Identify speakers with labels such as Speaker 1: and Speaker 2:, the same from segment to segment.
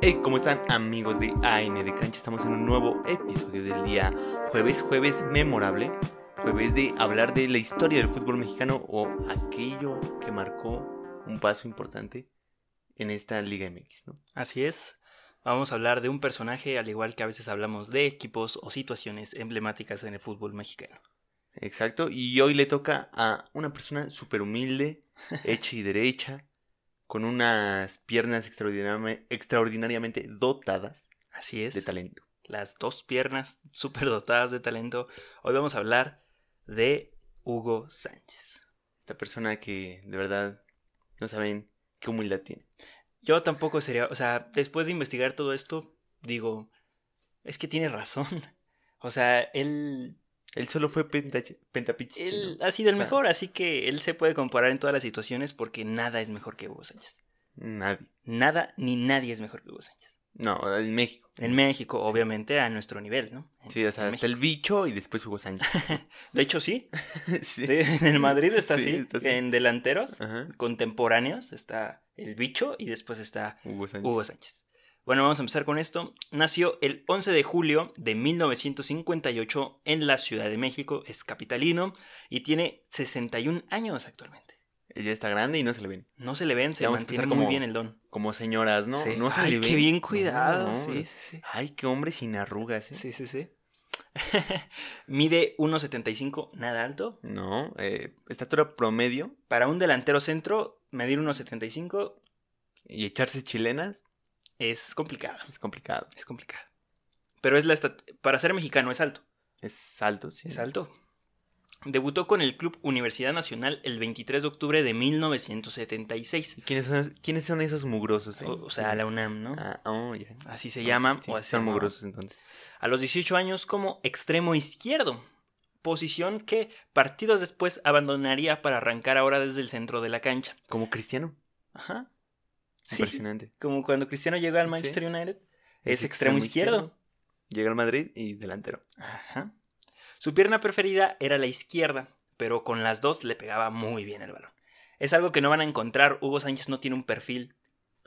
Speaker 1: Hey, ¿cómo están amigos de AN de Cancha? Estamos en un nuevo episodio del día jueves, jueves memorable, jueves de hablar de la historia del fútbol mexicano o aquello que marcó un paso importante en esta Liga MX, ¿no?
Speaker 2: Así es. Vamos a hablar de un personaje, al igual que a veces hablamos de equipos o situaciones emblemáticas en el fútbol mexicano.
Speaker 1: Exacto, y hoy le toca a una persona súper humilde, hecha y derecha, con unas piernas extraordinari- extraordinariamente dotadas
Speaker 2: Así es.
Speaker 1: de talento.
Speaker 2: Las dos piernas súper dotadas de talento. Hoy vamos a hablar de Hugo Sánchez.
Speaker 1: Esta persona que de verdad no saben qué humildad tiene.
Speaker 2: Yo tampoco sería, o sea, después de investigar todo esto, digo, es que tiene razón. O sea, él,
Speaker 1: Él solo fue pentache- pentapichichi,
Speaker 2: él
Speaker 1: ¿no?
Speaker 2: ha sido el
Speaker 1: O sea,
Speaker 2: mejor, así que él se puede comparar en todas las situaciones porque nada es mejor que Hugo Sánchez.
Speaker 1: Nadie.
Speaker 2: Nada ni nadie es mejor que Hugo Sánchez.
Speaker 1: No, en México.
Speaker 2: En México, obviamente, a nuestro nivel, ¿no? En-
Speaker 1: Mm. Sí, o sea,
Speaker 2: en
Speaker 1: hasta el bicho y después Hugo Sánchez.
Speaker 2: México. De hecho, sí.
Speaker 1: sí.
Speaker 2: De- en el Madrid está
Speaker 1: Sí,
Speaker 2: así.
Speaker 1: está así.
Speaker 2: En delanteros
Speaker 1: Ajá.
Speaker 2: contemporáneos está el bicho y después está
Speaker 1: Hugo Sánchez.
Speaker 2: Hugo Sánchez. Bueno, vamos a empezar con esto. Nació el 11 de julio de 1958 en la Ciudad de México, es capitalino y tiene 61 años actualmente.
Speaker 1: Él ya está grande y no se le ven.
Speaker 2: No se le ven,
Speaker 1: Ya
Speaker 2: se
Speaker 1: vamos a
Speaker 2: mantiene
Speaker 1: empezar
Speaker 2: muy
Speaker 1: como-
Speaker 2: bien el don.
Speaker 1: Como señoras, ¿no?
Speaker 2: Sí.
Speaker 1: No se
Speaker 2: Ay,
Speaker 1: le
Speaker 2: qué
Speaker 1: ven.
Speaker 2: bien
Speaker 1: No,
Speaker 2: cuidado.
Speaker 1: no.
Speaker 2: Sí, sí, sí.
Speaker 1: Ay, qué hombre sin arrugas, ¿eh?
Speaker 2: Sí, sí, sí. Mide 1.75, nada alto.
Speaker 1: No, eh, estatura promedio
Speaker 2: Para un delantero centro, medir 1.75
Speaker 1: y echarse chilenas
Speaker 2: es complicado.
Speaker 1: es complicado.
Speaker 2: Es complicado. Pero es la estat- para ser mexicano es alto.
Speaker 1: Es alto, sí.
Speaker 2: Es alto. Debutó con el Club Universidad Nacional el 23 de octubre de 1976.
Speaker 1: ¿Y quiénes son, quiénes son esos mugrosos? eh?
Speaker 2: O, o sea, la UNAM, ¿no?
Speaker 1: Ah, oh, ya.
Speaker 2: Así se llama.
Speaker 1: Sí,
Speaker 2: o así se
Speaker 1: son
Speaker 2: llamaba.
Speaker 1: mugrosos entonces.
Speaker 2: A los 18 años como extremo izquierdo. Posición que partidos después abandonaría para arrancar ahora desde el centro de la cancha.
Speaker 1: Como cristiano.
Speaker 2: Ajá. Sí,
Speaker 1: Impresionante.
Speaker 2: como cuando Cristiano llegó al
Speaker 1: Sí.
Speaker 2: Manchester United. Es extremo izquierdo.
Speaker 1: Llega al Madrid y delantero.
Speaker 2: Ajá. Su pierna preferida era la izquierda, pero con las dos le pegaba muy bien el balón. Es algo que no van a encontrar. Hugo Sánchez no tiene un perfil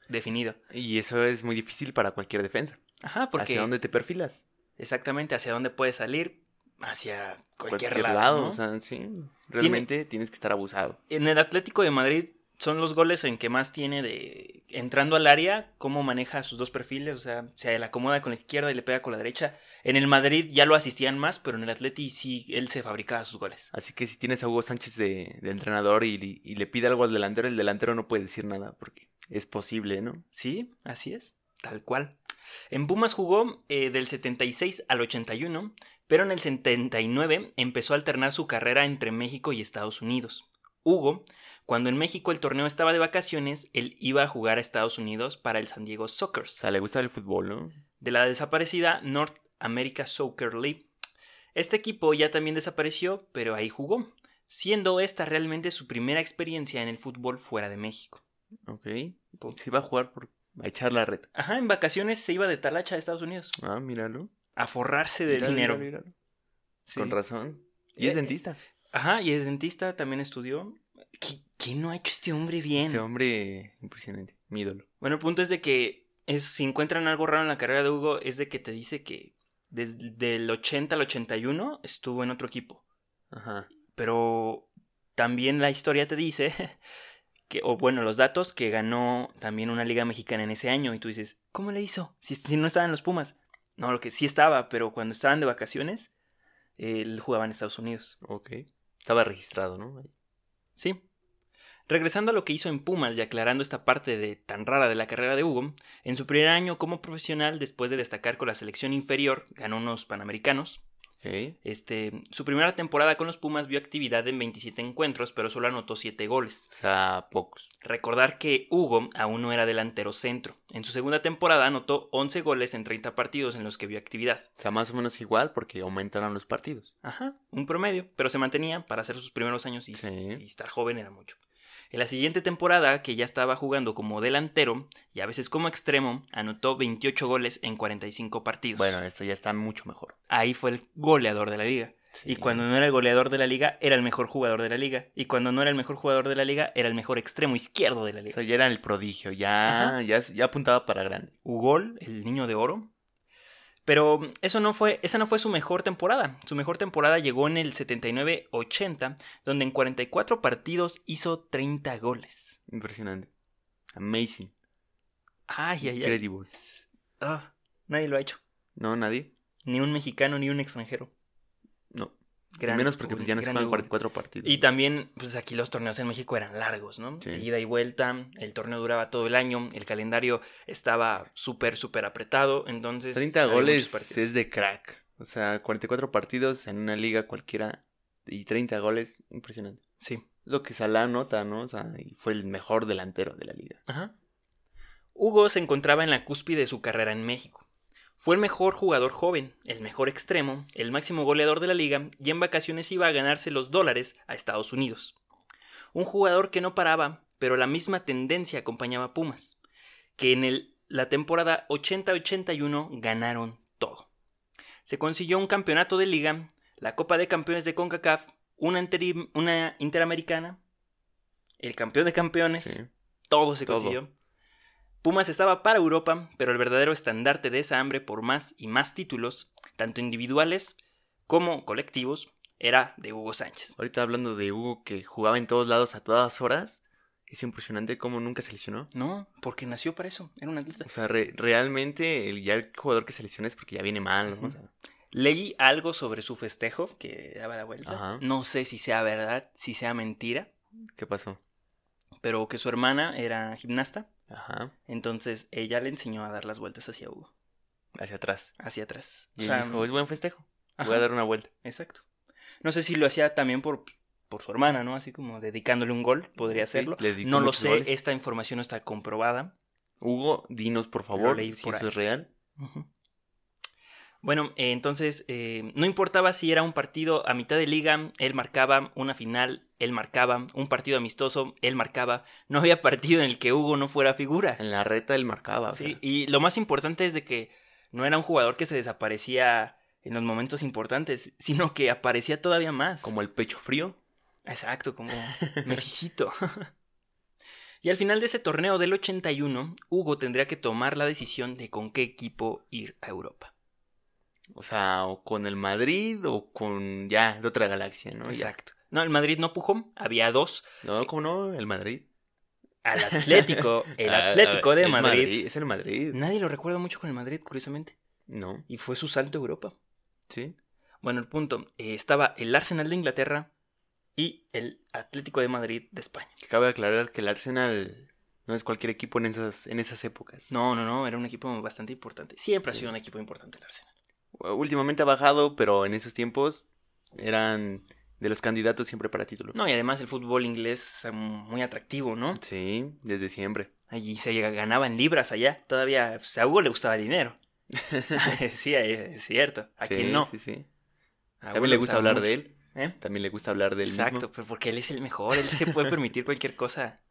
Speaker 2: definido.
Speaker 1: Y eso es muy difícil para cualquier defensa.
Speaker 2: Ajá, porque
Speaker 1: ¿Hacia dónde te perfilas?
Speaker 2: exactamente hacia dónde puede salir, hacia cualquier, lado. ¿no?
Speaker 1: O sea, sí. Realmente tienes que estar abusado.
Speaker 2: En el Atlético de Madrid son los goles en que más tiene de entrando al área, cómo maneja sus dos perfiles, o sea, se le acomoda con la izquierda y le pega con la derecha. En el Madrid ya lo asistían más, pero en el Atleti sí él se fabricaba sus goles.
Speaker 1: Así que si tienes a Hugo Sánchez de, de entrenador y, y le pide algo al delantero, el delantero no puede decir nada porque es posible, ¿no?
Speaker 2: Sí, así es, tal cual. En Pumas jugó eh, del 76 al 81, pero en el 79 empezó a alternar su carrera entre México y Estados Unidos. Hugo, cuando en México el torneo estaba de vacaciones, él iba a jugar a Estados Unidos para el San Diego Soccer,
Speaker 1: O sea, le gusta el fútbol, ¿no?
Speaker 2: de la desaparecida North America Soccer League. Este equipo ya también desapareció, pero ahí jugó, siendo esta realmente su primera experiencia en el fútbol fuera de México.
Speaker 1: Ok.
Speaker 2: Pues
Speaker 1: Se va a jugar por a echar la red.
Speaker 2: Ajá, en vacaciones se iba de Talacha a Estados Unidos.
Speaker 1: Ah, míralo.
Speaker 2: a forrarse del
Speaker 1: Míralo,
Speaker 2: dinero.
Speaker 1: míralo, míralo.
Speaker 2: Sí.
Speaker 1: Con razón. Y es
Speaker 2: Eh,
Speaker 1: dentista.
Speaker 2: Ajá, y es dentista, también estudió. ¿Qué, qué no ha hecho este hombre bien?
Speaker 1: Este hombre impresionante. Mi ídolo.
Speaker 2: Bueno, el punto es de que es, si encuentran algo raro en la carrera de Hugo, es de que te dice que desde el 80 al 81 estuvo en otro equipo.
Speaker 1: Ajá.
Speaker 2: Pero también la historia te dice, que, o bueno, los datos, que ganó también una liga mexicana en ese año. Y tú dices, ¿cómo le hizo? Si, si no estaban los Pumas. No, lo que sí estaba, pero cuando estaban de vacaciones, él jugaba en Estados Unidos.
Speaker 1: Ok. Estaba registrado, ¿no?
Speaker 2: Sí. Regresando a lo que hizo en Pumas y aclarando esta parte de tan rara de la carrera de Hugo, en su primer año como profesional, después de destacar con la selección inferior, ganó unos Panamericanos.
Speaker 1: Ok.
Speaker 2: Este, su primera temporada con los Pumas vio actividad en 27 encuentros, pero solo anotó 7 goles.
Speaker 1: O sea, pocos.
Speaker 2: Recordar que Hugo aún no era delantero centro. En su segunda temporada anotó 11 goles en 30 partidos en los que vio actividad.
Speaker 1: O sea, más o menos igual porque aumentaron los partidos.
Speaker 2: Ajá, un promedio, pero se mantenía para hacer sus primeros años y,
Speaker 1: Sí.
Speaker 2: y estar joven era mucho. En la siguiente temporada, que ya estaba jugando como delantero y a veces como extremo, anotó 28 goles en 45 partidos.
Speaker 1: Bueno, esto ya está mucho mejor.
Speaker 2: Ahí fue el goleador de la liga. Y cuando no era el goleador de la liga, era el mejor jugador de la liga. Y cuando no era el mejor jugador de la liga, era el mejor extremo izquierdo de la
Speaker 1: O
Speaker 2: liga.
Speaker 1: sea, ya era el prodigio, ya, ya, ya apuntaba para grande.
Speaker 2: Ugol, el niño de oro. Pero eso no fue, esa no fue su mejor temporada. Su mejor temporada llegó en el 79-80, donde en 44 partidos hizo 30 goles.
Speaker 1: Impresionante. Amazing.
Speaker 2: Ay, ay, ay.
Speaker 1: Incredible.
Speaker 2: Ah, nadie lo ha hecho.
Speaker 1: No, nadie.
Speaker 2: Ni un mexicano, ni un extranjero.
Speaker 1: No.
Speaker 2: Gran
Speaker 1: Menos porque pues, ya no se
Speaker 2: gran
Speaker 1: juegan
Speaker 2: Ugol.
Speaker 1: 44 partidos.
Speaker 2: Y también, pues aquí los torneos en México eran largos, ¿no?
Speaker 1: Sí.
Speaker 2: De Ida y vuelta, el torneo duraba todo el año, el calendario estaba súper, súper apretado, entonces...
Speaker 1: 30
Speaker 2: había muchos
Speaker 1: goles
Speaker 2: partidos.
Speaker 1: es de crack. O sea, 44 partidos en una liga cualquiera y 30 goles, impresionante.
Speaker 2: Sí.
Speaker 1: Lo que Salah nota, ¿no? O sea, y fue el mejor delantero de la liga.
Speaker 2: Ajá. Hugo se encontraba en la cúspide de su carrera en México. Fue el mejor jugador joven, el mejor extremo, el máximo goleador de la liga y en vacaciones iba a ganarse los dólares a Estados Unidos. Un jugador que no paraba, pero la misma tendencia acompañaba a Pumas, que en el- la temporada 80-81 ganaron todo. Se consiguió un campeonato de liga, la Copa de Campeones de CONCACAF, una, anteri- una interamericana, el campeón de campeones,
Speaker 1: Sí.
Speaker 2: todo se
Speaker 1: Todo.
Speaker 2: consiguió. Pumas estaba para Europa, pero el verdadero estandarte de esa hambre por más y más títulos, tanto individuales como colectivos, era de Hugo Sánchez.
Speaker 1: Ahorita hablando de Hugo que jugaba en todos lados a todas horas, es impresionante cómo nunca se lesionó.
Speaker 2: No, porque nació para eso, era un atleta.
Speaker 1: O sea, re- realmente el, ya el jugador que se lesiona es porque ya viene mal, ¿no? O sea,
Speaker 2: Leí algo sobre su festejo que daba la vuelta.
Speaker 1: Ajá.
Speaker 2: No sé si sea verdad, si sea mentira,
Speaker 1: ¿qué pasó?
Speaker 2: pero que su hermana era gimnasta,
Speaker 1: Ajá,
Speaker 2: entonces ella le enseñó a dar las vueltas hacia Hugo,
Speaker 1: hacia atrás.
Speaker 2: hacia atrás. O
Speaker 1: Y él
Speaker 2: sea,
Speaker 1: dijo, es buen festejo, voy
Speaker 2: ajá.
Speaker 1: a dar una vuelta.
Speaker 2: Exacto. No sé si lo hacía también por, por su hermana, ¿no? Así como dedicándole un gol, podría
Speaker 1: Sí,
Speaker 2: hacerlo.
Speaker 1: le dedicó
Speaker 2: no lo
Speaker 1: muchos
Speaker 2: sé,
Speaker 1: goles.
Speaker 2: esta información no está comprobada.
Speaker 1: Hugo, dinos por favor
Speaker 2: leí
Speaker 1: si
Speaker 2: por
Speaker 1: eso
Speaker 2: ahí.
Speaker 1: es real.
Speaker 2: Ujú. Bueno, eh, entonces, eh, no importaba si era un partido a mitad de liga, él marcaba una final, él marcaba un partido amistoso, él marcaba. No había partido en el que Hugo no fuera figura.
Speaker 1: En la reta él marcaba. o
Speaker 2: Sí,
Speaker 1: sea,
Speaker 2: y lo más importante es de que no era un jugador que se desaparecía en los momentos importantes, sino que aparecía todavía más.
Speaker 1: como el pecho frío.
Speaker 2: Exacto, como mesicito. y al final de ese torneo del 81, Hugo tendría que tomar la decisión de con qué equipo ir a Europa.
Speaker 1: O sea, o con el Madrid o con ya de otra galaxia, ¿no? Ya.
Speaker 2: Exacto. No, el Madrid no pujó, había dos.
Speaker 1: No, ¿cómo no? El Madrid.
Speaker 2: Al Atlético, el
Speaker 1: Ah,
Speaker 2: Atlético de
Speaker 1: es
Speaker 2: Madrid.
Speaker 1: Es el Madrid.
Speaker 2: Nadie lo recuerda mucho con el Madrid, curiosamente.
Speaker 1: No,
Speaker 2: Y fue su salto a Europa.
Speaker 1: sí.
Speaker 2: Bueno, el punto, eh, estaba el Arsenal de Inglaterra y el Atlético de Madrid de España.
Speaker 1: Cabe aclarar que el Arsenal no es cualquier equipo en esas, en esas épocas.
Speaker 2: No, no, no, era un equipo bastante importante. Siempre ha
Speaker 1: Sí.
Speaker 2: sido un equipo importante el Arsenal.
Speaker 1: Eh, Últimamente ha bajado, pero en esos tiempos eran de los candidatos siempre para título.
Speaker 2: No, y además el fútbol inglés es muy atractivo, ¿no?
Speaker 1: Sí, desde siempre.
Speaker 2: Allí se ganaban libras allá. Todavía pues, a Hugo le gustaba el dinero. sí, eh, es cierto. ¿A
Speaker 1: Sí,
Speaker 2: quién no?
Speaker 1: Sí, sí.
Speaker 2: A Hugo
Speaker 1: También le gusta
Speaker 2: gustaba
Speaker 1: hablar
Speaker 2: mucho,
Speaker 1: de él.
Speaker 2: ¿eh?
Speaker 1: También le gusta hablar de él mismo.
Speaker 2: Exacto, pero porque él es el mejor. Él se puede permitir cualquier cosa.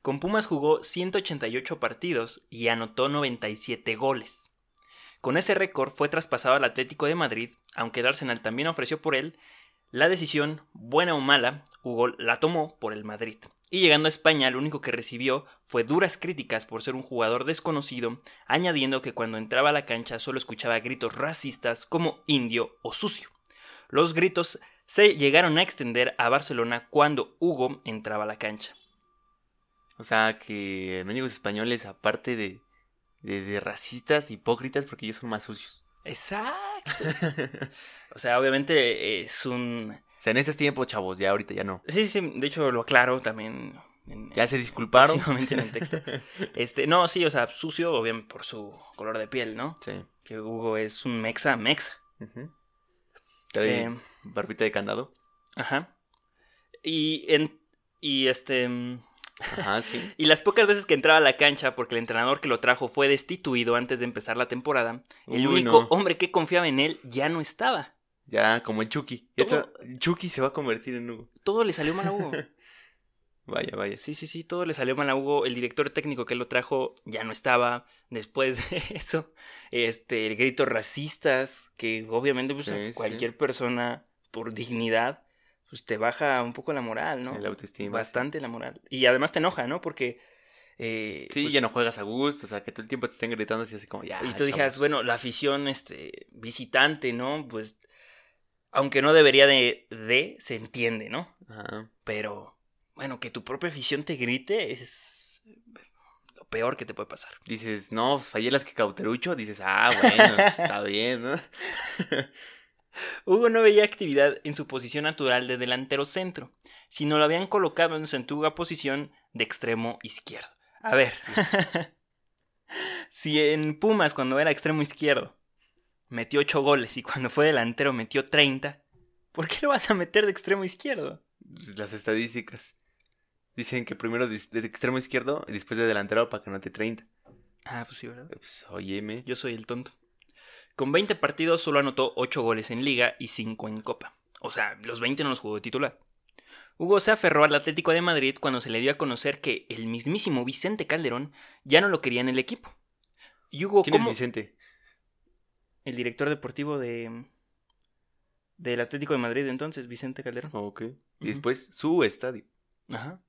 Speaker 2: Con Pumas jugó 188 partidos y anotó 97 goles. Con ese récord fue traspasado al Atlético de Madrid, aunque el Arsenal también ofreció por él. La decisión, buena o mala, Hugo la tomó por el Madrid. Y llegando a España, lo único que recibió fue duras críticas por ser un jugador desconocido, añadiendo que cuando entraba a la cancha solo escuchaba gritos racistas como indio o sucio. Los gritos se llegaron a extender a Barcelona cuando Hugo entraba a la cancha.
Speaker 1: O sea, que mendigos españoles, aparte de, de, de racistas, hipócritas, porque ellos son más sucios.
Speaker 2: Exacto.
Speaker 1: o
Speaker 2: O sea, obviamente eh, es un...
Speaker 1: sea, en esos tiempos, chavos, ya ahorita ya no.
Speaker 2: Sí, sí, de hecho lo aclaro también. en-
Speaker 1: Ya se disculparon.
Speaker 2: Próximamente en el texto. Este, no, sí, o sea, sucio, obviamente por su color de piel, ¿no?
Speaker 1: sí.
Speaker 2: Que Hugo es un mexa, mexa.
Speaker 1: Ujú. Trae
Speaker 2: Eh,
Speaker 1: barbita de candado.
Speaker 2: ajá. Y en, y este mm,
Speaker 1: Ajá, sí.
Speaker 2: y las pocas veces que entraba a la cancha porque el entrenador que lo trajo fue destituido antes de empezar la temporada, el
Speaker 1: Uy,
Speaker 2: único
Speaker 1: no.
Speaker 2: hombre que confiaba en él ya no estaba.
Speaker 1: Ya, como el Chucky.
Speaker 2: Todo-
Speaker 1: Esto- Chucky se va a convertir en Hugo.
Speaker 2: Todo le salió mal a Hugo.
Speaker 1: Vaya, vaya.
Speaker 2: Sí, sí, sí, todo le salió mal a Hugo. El director técnico que lo trajo ya no estaba. Después de eso, este, el grito racistas, que obviamente pues,
Speaker 1: Sí,
Speaker 2: a
Speaker 1: sí.
Speaker 2: cualquier persona por dignidad, pues te baja un poco la moral, ¿no?
Speaker 1: El autoestima.
Speaker 2: Bastante la moral. Y además te enoja, ¿no? Porque... eh,
Speaker 1: Sí,
Speaker 2: pues,
Speaker 1: ya no juegas a gusto, o sea, que todo el tiempo te estén gritando así, así como, ya.
Speaker 2: Y tú dijeras,
Speaker 1: dijeras,
Speaker 2: bueno, la afición este, visitante, ¿no? Pues, aunque no debería de, de, se entiende, ¿no? Pero, bueno, que tu propia afición te grite es lo peor que te puede pasar.
Speaker 1: Dices, no, pues, fallé las que cauterucho. Dices, ah, bueno, pues, está bien, ¿no?
Speaker 2: Hugo no veía actividad en su posición natural de delantero centro, sino lo habían colocado en su antigua posición de extremo izquierdo. A ver, si en Pumas cuando era extremo izquierdo metió 8 goles y cuando fue delantero metió 30, ¿por qué lo vas a meter de extremo izquierdo?
Speaker 1: Pues, las estadísticas. Dicen que primero dis- de extremo izquierdo y después de delantero para que no te 30.
Speaker 2: Ah, pues sí, ¿verdad?
Speaker 1: Pues, óyeme.
Speaker 2: Yo soy el tonto. Con 20 partidos solo anotó 8 goles en liga y 5 en copa. O sea, los 20 no los jugó de titular. Hugo se aferró al Atlético de Madrid cuando se le dio a conocer que el mismísimo Vicente Calderón ya no lo quería en el equipo. Y Hugo,
Speaker 1: ¿Quién es
Speaker 2: ¿cómo?
Speaker 1: Vicente?
Speaker 2: El director deportivo de del Atlético de Madrid entonces, Vicente Calderón.
Speaker 1: Ok. Y
Speaker 2: Ujú.
Speaker 1: después su estadio,
Speaker 2: Ajá.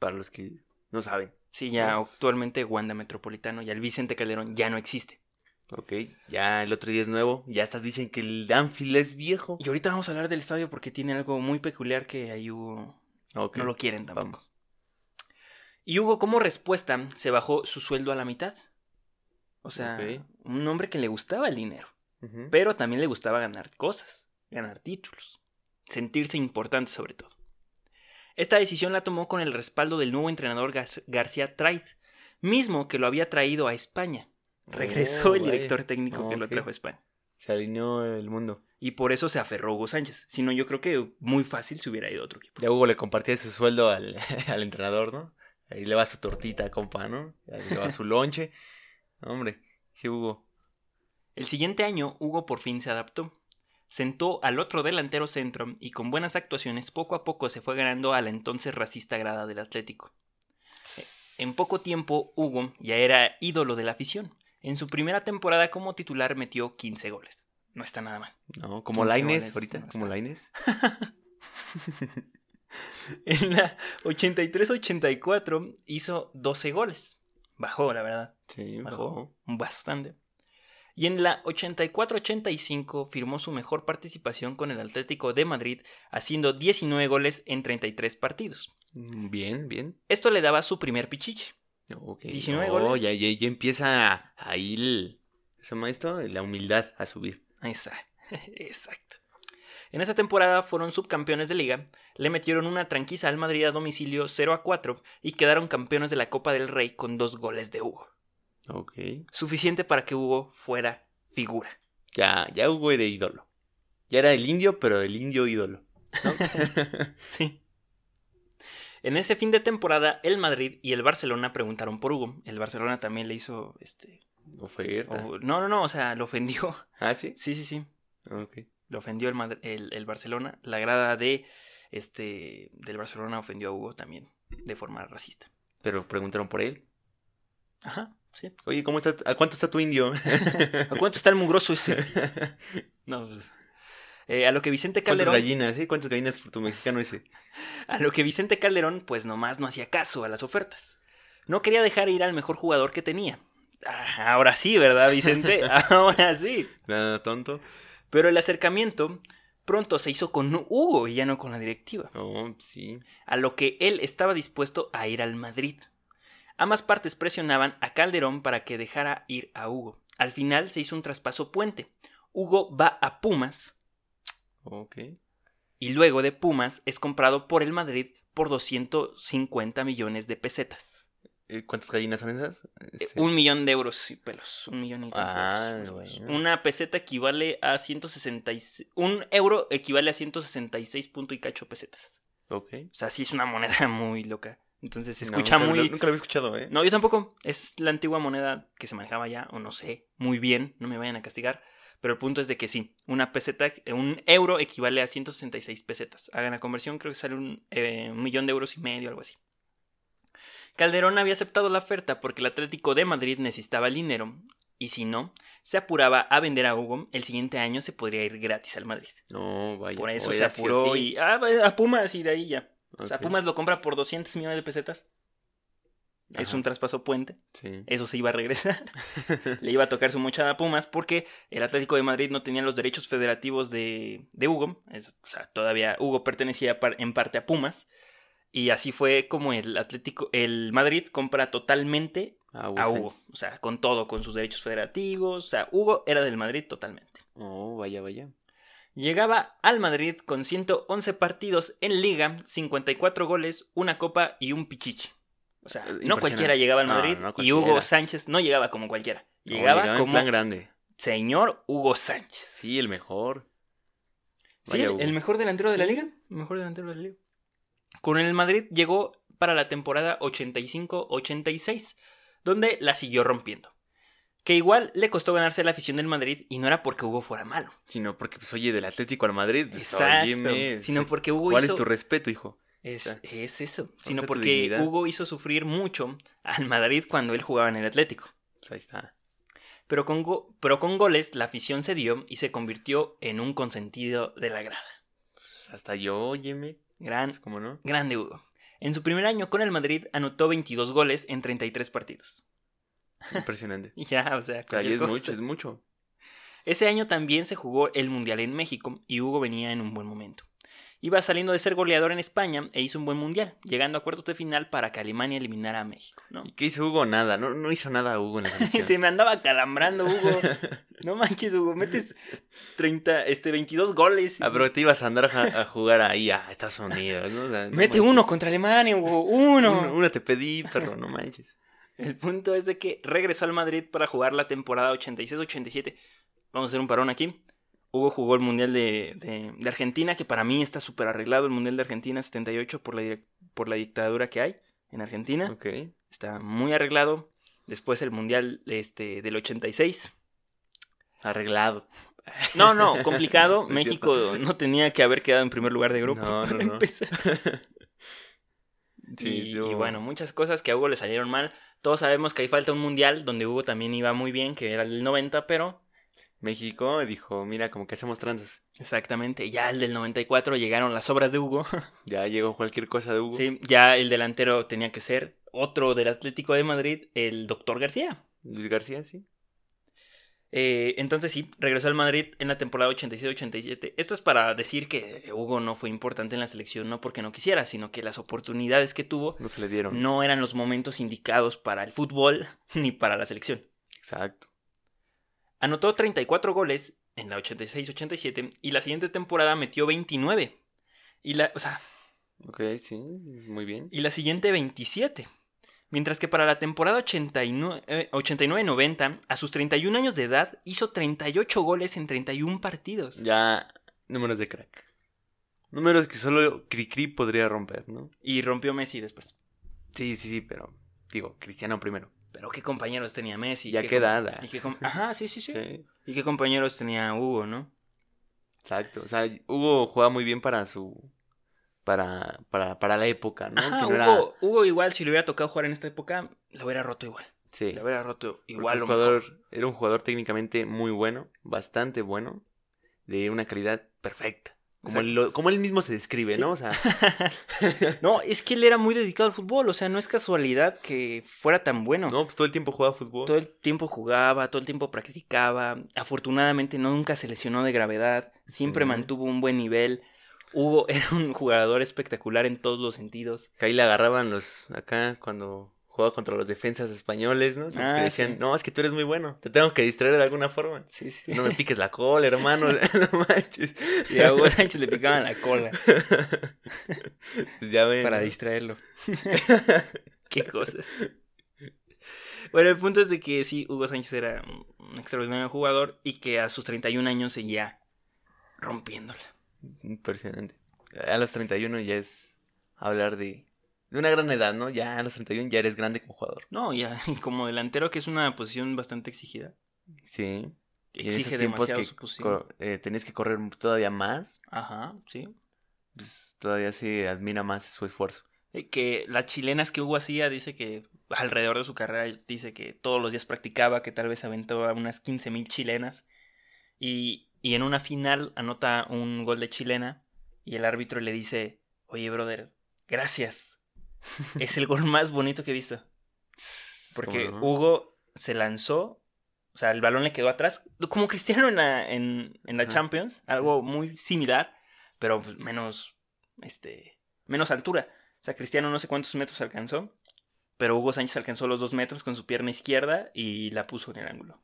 Speaker 1: para los que no saben.
Speaker 2: Sí, ya actualmente Wanda Metropolitano, ya el Vicente Calderón ya no existe.
Speaker 1: Ok, ya el otro día es nuevo. Ya estás dicen que el Anfield es viejo.
Speaker 2: Y ahorita vamos a hablar del estadio porque tiene algo muy peculiar que ahí Hugo
Speaker 1: Ok.
Speaker 2: No lo quieren tampoco.
Speaker 1: Vamos.
Speaker 2: Y Hugo, como respuesta, se bajó su sueldo a la mitad. O sea,
Speaker 1: Ok.
Speaker 2: un hombre que le gustaba el dinero,
Speaker 1: Ujú.
Speaker 2: pero también le gustaba ganar cosas, ganar títulos, sentirse importante sobre todo. Esta decisión la tomó con el respaldo del nuevo entrenador Gar- García Traid, mismo que lo había traído a España. Regresó
Speaker 1: Oh,
Speaker 2: el
Speaker 1: vaya.
Speaker 2: director técnico que lo
Speaker 1: Ok.
Speaker 2: trajo a España.
Speaker 1: Se alineó el mundo.
Speaker 2: Y por eso se aferró Hugo Sánchez. Si no, yo creo que muy fácil se hubiera ido a otro equipo.
Speaker 1: Ya Hugo le compartía su sueldo al, al entrenador, ¿no? Ahí le va su tortita, compa, ¿no? Ahí le va su lonche. Hombre, sí, Hugo.
Speaker 2: El siguiente año, Hugo por fin se adaptó. Sentó al otro delantero centro y con buenas actuaciones poco a poco se fue ganando a la entonces racista grada del Atlético. E-, En poco tiempo, Hugo ya era ídolo de la afición. En su primera temporada como titular metió 15 goles. No está nada mal.
Speaker 1: No, como
Speaker 2: 15
Speaker 1: Laines
Speaker 2: goles,
Speaker 1: ahorita,
Speaker 2: no
Speaker 1: como
Speaker 2: está.
Speaker 1: Laines.
Speaker 2: En la 83-84 hizo 12 goles. Bajó, la verdad.
Speaker 1: Sí,
Speaker 2: Bajó bastante. Y en la 84-85 firmó su mejor participación con el Atlético de Madrid, haciendo 19 goles en 33 partidos.
Speaker 1: Mm, Bien, bien.
Speaker 2: Esto le daba su primer pichiche.
Speaker 1: Ok.
Speaker 2: 19
Speaker 1: no,
Speaker 2: goles.
Speaker 1: Ya, ya, ya empieza ahí el... ¿Se llama esto? La humildad a subir.
Speaker 2: Ahí está. Exacto. En esa temporada fueron subcampeones de liga, le metieron una tranquiza al Madrid a domicilio 0 a 4 y quedaron campeones de la Copa del Rey con dos goles de Hugo.
Speaker 1: Ok.
Speaker 2: Suficiente para que Hugo fuera figura.
Speaker 1: Ya, ya Hugo era ídolo. Ya era el indio, pero el indio ídolo. ¿no?
Speaker 2: Sí. En ese fin de temporada, el Madrid y el Barcelona preguntaron por Hugo. El Barcelona también le hizo, este...
Speaker 1: Oferta.
Speaker 2: o- no, no, no, o sea, lo ofendió.
Speaker 1: Ah, sí.
Speaker 2: Sí, sí, sí.
Speaker 1: Ok.
Speaker 2: Lo ofendió el, Madri- el, el Barcelona. La grada de, este, del Barcelona ofendió a Hugo también, de forma racista.
Speaker 1: Pero preguntaron por él.
Speaker 2: Ajá, sí.
Speaker 1: Oye, ¿cómo está, ¿a cuánto está tu indio?
Speaker 2: ¿A cuánto está el mugroso ese? No, pues, eh, a lo que Vicente
Speaker 1: ¿Cuántas
Speaker 2: Calderón...
Speaker 1: gallinas, eh? ¿Cuántas gallinas por tu mexicano ese?
Speaker 2: A lo que Vicente Calderón, pues nomás no hacía caso a las ofertas. No quería dejar ir al mejor jugador que tenía. Ah, Ahora sí, ¿verdad, Vicente? Ahora sí.
Speaker 1: Nada tonto.
Speaker 2: Pero el acercamiento pronto se hizo con Hugo y ya no con la directiva,
Speaker 1: No, Oh, sí.
Speaker 2: a lo que él estaba dispuesto a ir al Madrid. Ambas partes presionaban a Calderón para que dejara ir a Hugo. Al final se hizo un traspaso puente. Hugo va a Pumas
Speaker 1: Ok.
Speaker 2: y luego de Pumas es comprado por el Madrid por 250 millones de pesetas.
Speaker 1: Eh, ¿Cuántas gallinas son esas?
Speaker 2: Eh,
Speaker 1: Este,
Speaker 2: Un millón de euros y pelos. Un millón y tantos
Speaker 1: Ah,
Speaker 2: euros, más o menos.
Speaker 1: bueno.
Speaker 2: Una peseta equivale a 166. Un euro equivale a 166 punto y cacho pesetas.
Speaker 1: Ok.
Speaker 2: O sea, sí es una moneda muy loca. Entonces se
Speaker 1: No,
Speaker 2: escucha
Speaker 1: nunca lo-
Speaker 2: muy.
Speaker 1: nunca lo había escuchado, ¿eh?
Speaker 2: No, yo tampoco. Es la antigua moneda que se manejaba ya, o no sé, muy bien. No me vayan a castigar. Pero el punto es de que sí, una peseta, eh, un euro equivale a 166 pesetas. Hagan la conversión, creo que sale un, eh, un millón de euros y medio, algo así. Calderón había aceptado la oferta porque el Atlético de Madrid necesitaba el dinero y si no, se apuraba a vender a Hugo, el siguiente año se podría ir gratis al Madrid.
Speaker 1: No, vaya.
Speaker 2: Por eso
Speaker 1: o
Speaker 2: se
Speaker 1: era sí o
Speaker 2: apuró
Speaker 1: sí.
Speaker 2: y ah, va- a Pumas y de ahí ya. O sea,
Speaker 1: Ok,
Speaker 2: Pumas lo compra por 200 millones de pesetas. Es
Speaker 1: ajá,
Speaker 2: un traspaso puente.
Speaker 1: sí.
Speaker 2: Eso se iba a regresar. Le iba a tocar su mochada a Pumas porque el Atlético de Madrid no tenía los derechos federativos de, de Hugo. Es- o sea, todavía Hugo pertenecía par- en parte a Pumas. Y así fue como el Atlético, el Madrid compra totalmente
Speaker 1: A
Speaker 2: a
Speaker 1: Hugo
Speaker 2: Hugo.
Speaker 1: Sánchez.
Speaker 2: O sea, con todo, con sus derechos federativos. O sea, Hugo era del Madrid totalmente.
Speaker 1: Oh, vaya, vaya.
Speaker 2: Llegaba al Madrid con 111 partidos en liga, 54 goles, una copa y un pichichi. O sea, no
Speaker 1: Eh, Impresionante.
Speaker 2: cualquiera llegaba al
Speaker 1: No,
Speaker 2: Madrid
Speaker 1: no
Speaker 2: y Hugo
Speaker 1: cualquiera.
Speaker 2: Sánchez no llegaba como cualquiera.
Speaker 1: No,
Speaker 2: Llegaba,
Speaker 1: en
Speaker 2: como
Speaker 1: plan grande.
Speaker 2: señor Hugo Sánchez.
Speaker 1: Sí, el mejor.
Speaker 2: Sí,
Speaker 1: Vaya,
Speaker 2: el,
Speaker 1: Hugo.
Speaker 2: el mejor delantero de la
Speaker 1: Sí.
Speaker 2: liga. el Mejor delantero de la liga. Con el Madrid llegó para la temporada 85-86, donde la siguió rompiendo. Que igual le costó ganarse la afición del Madrid y no era porque Hugo fuera malo.
Speaker 1: Sino porque, pues, oye, del Atlético al Madrid. Pues, óyeme,
Speaker 2: Exacto. Sino
Speaker 1: sí.
Speaker 2: porque Hugo
Speaker 1: ¿Cuál
Speaker 2: hizo...
Speaker 1: es tu respeto, hijo?
Speaker 2: Es, es eso.
Speaker 1: sea,
Speaker 2: Sino
Speaker 1: tu
Speaker 2: porque
Speaker 1: dignidad.
Speaker 2: Hugo hizo sufrir mucho al Madrid cuando él jugaba en el Atlético.
Speaker 1: Pues ahí está.
Speaker 2: Pero con, go- pero con goles la afición se dio y se convirtió en un consentido de la grada.
Speaker 1: Pues hasta yo, óyeme.
Speaker 2: Gran,
Speaker 1: Pues, ¿Cómo no?
Speaker 2: grande Hugo. En su primer año con el Madrid anotó 22 goles en 33 partidos.
Speaker 1: Impresionante.
Speaker 2: Ya, o
Speaker 1: O sea,
Speaker 2: sea,
Speaker 1: y
Speaker 2: cualquier
Speaker 1: es
Speaker 2: cosa.
Speaker 1: mucho, es mucho.
Speaker 2: Ese año también se jugó el Mundial en México y Hugo venía en un buen momento. Iba saliendo de ser goleador en España e hizo un buen Mundial, llegando a cuartos de final para que Alemania eliminara a México, ¿no?
Speaker 1: ¿Y qué hizo Hugo? Nada. No, no hizo nada Hugo en la selección.
Speaker 2: Se me andaba calambrando, Hugo. No manches, Hugo, metes 30, este, 22 goles.
Speaker 1: Ah, pero te ibas a andar a, a jugar ahí a Estados Unidos, ¿no? O sea, no
Speaker 2: Mete
Speaker 1: manches.
Speaker 2: uno contra Alemania, Hugo, uno.
Speaker 1: Uno- Una te pedí, perro, no manches.
Speaker 2: El punto es de que regresó al Madrid para jugar la temporada 86-87. Vamos a hacer un parón aquí. Hugo jugó el Mundial de, de- de Argentina, que para mí está súper arreglado el Mundial de Argentina 78 por la, direc- por la dictadura que hay en Argentina.
Speaker 1: Ok.
Speaker 2: Está muy arreglado. Después el Mundial este, del 86.
Speaker 1: Arreglado.
Speaker 2: No, no, complicado.
Speaker 1: Es
Speaker 2: México no tenía que haber quedado en primer lugar de grupo
Speaker 1: No, no,
Speaker 2: para
Speaker 1: no.
Speaker 2: empezar. y, y
Speaker 1: estuvo-
Speaker 2: bueno, muchas cosas que a Hugo le salieron mal. Todos sabemos que ahí falta un mundial donde Hugo también iba muy bien, que era el del 90, pero
Speaker 1: México dijo, mira, como que hacemos tranzas.
Speaker 2: exactamente, ya el del 94 llegaron las obras de Hugo.
Speaker 1: Ya llegó cualquier cosa de Hugo.
Speaker 2: Sí, ya el delantero tenía que ser otro del Atlético de Madrid, el doctor García.
Speaker 1: Luis García, sí.
Speaker 2: Eh, entonces sí, regresó al Madrid en la temporada 86-87. Esto es para decir que Hugo no fue importante en la selección, no porque no quisiera, sino que las oportunidades que tuvo
Speaker 1: No se le dieron.
Speaker 2: no eran los momentos indicados para el fútbol ni para la selección.
Speaker 1: Exacto.
Speaker 2: Anotó 34 goles en la 86-87 y la siguiente temporada metió 29. Y la, o sea,
Speaker 1: Ok, sí, muy bien.
Speaker 2: y la siguiente 27. Mientras que para la temporada 89 eh, 89-90, a sus 31 años de edad, hizo 38 goles en 31 partidos.
Speaker 1: Ya, números de crack. Números que solo Cricri podría romper, ¿no?
Speaker 2: Y rompió Messi después.
Speaker 1: Sí, sí, sí, pero digo, Cristiano primero.
Speaker 2: Pero qué compañeros tenía Messi.
Speaker 1: Y ya
Speaker 2: qué
Speaker 1: quedada.
Speaker 2: com- y qué com- Ajá, sí, sí, sí,
Speaker 1: Sí,
Speaker 2: Y qué compañeros tenía Hugo, ¿no?
Speaker 1: exacto. O sea, Hugo jugaba muy bien para su... Para, para, para la época, ¿no?
Speaker 2: Ajá,
Speaker 1: Que no era-
Speaker 2: Hugo, Hugo igual, si le hubiera tocado jugar en esta época, lo hubiera roto igual.
Speaker 1: Sí.
Speaker 2: Lo hubiera roto
Speaker 1: Porque
Speaker 2: igual.
Speaker 1: un
Speaker 2: o
Speaker 1: jugador,
Speaker 2: mejor.
Speaker 1: Era un jugador técnicamente muy bueno, bastante bueno, de una calidad perfecta. Como,
Speaker 2: Exacto.
Speaker 1: él, lo- como él mismo se describe,
Speaker 2: Sí.
Speaker 1: ¿no? O sea,
Speaker 2: No, es que él era muy dedicado al fútbol, o sea, no es casualidad que fuera tan bueno.
Speaker 1: no, pues todo el tiempo jugaba fútbol.
Speaker 2: Todo el tiempo jugaba, todo el tiempo practicaba. Afortunadamente nunca se lesionó de gravedad, siempre
Speaker 1: Sí.
Speaker 2: mantuvo un buen nivel. Hugo era un jugador espectacular en todos los sentidos.
Speaker 1: Que ahí le agarraban los acá cuando jugaba contra los defensas españoles, ¿no? Como
Speaker 2: Ah,
Speaker 1: que decían,
Speaker 2: sí.
Speaker 1: no, es que tú eres muy bueno, te tengo que distraer de alguna forma.
Speaker 2: Sí, sí.
Speaker 1: No me piques la cola, hermano, no manches.
Speaker 2: Y a Hugo Sánchez le picaban la cola
Speaker 1: Pues ya ven.
Speaker 2: para
Speaker 1: ¿no?
Speaker 2: distraerlo. Qué cosas. Bueno, el punto es de que sí, Hugo Sánchez era un extraordinario jugador y que a sus 31 años seguía rompiéndola.
Speaker 1: Impresionante. A los 31 ya es hablar de, de una gran edad, ¿no? Ya a los 31 ya eres grande como jugador.
Speaker 2: No, ya, y como delantero, que es una posición bastante exigida.
Speaker 1: Sí. Y en
Speaker 2: Exige
Speaker 1: esos tiempos
Speaker 2: demasiado
Speaker 1: que
Speaker 2: su posición.
Speaker 1: co- eh, tenías que correr todavía más,
Speaker 2: Ajá, sí.
Speaker 1: pues, todavía se admira más su esfuerzo.
Speaker 2: Eh, Que las chilenas que Hugo hacía dice que alrededor de su carrera dice que todos los días practicaba, que tal vez aventó a unas 15.000 chilenas. Y, y en una final anota un gol de chilena y el árbitro le dice, oye, brother, gracias. es el gol más bonito que he visto. Porque
Speaker 1: Pues, ¿Cómo no?
Speaker 2: Hugo se lanzó, o sea, el balón le quedó atrás, como Cristiano en la, en, en la
Speaker 1: Ajá.
Speaker 2: Champions, algo muy similar, pero pues, menos, este, menos altura. O sea, Cristiano no sé cuántos metros alcanzó, pero Hugo Sánchez alcanzó los dos metros con su pierna izquierda y la puso en el ángulo.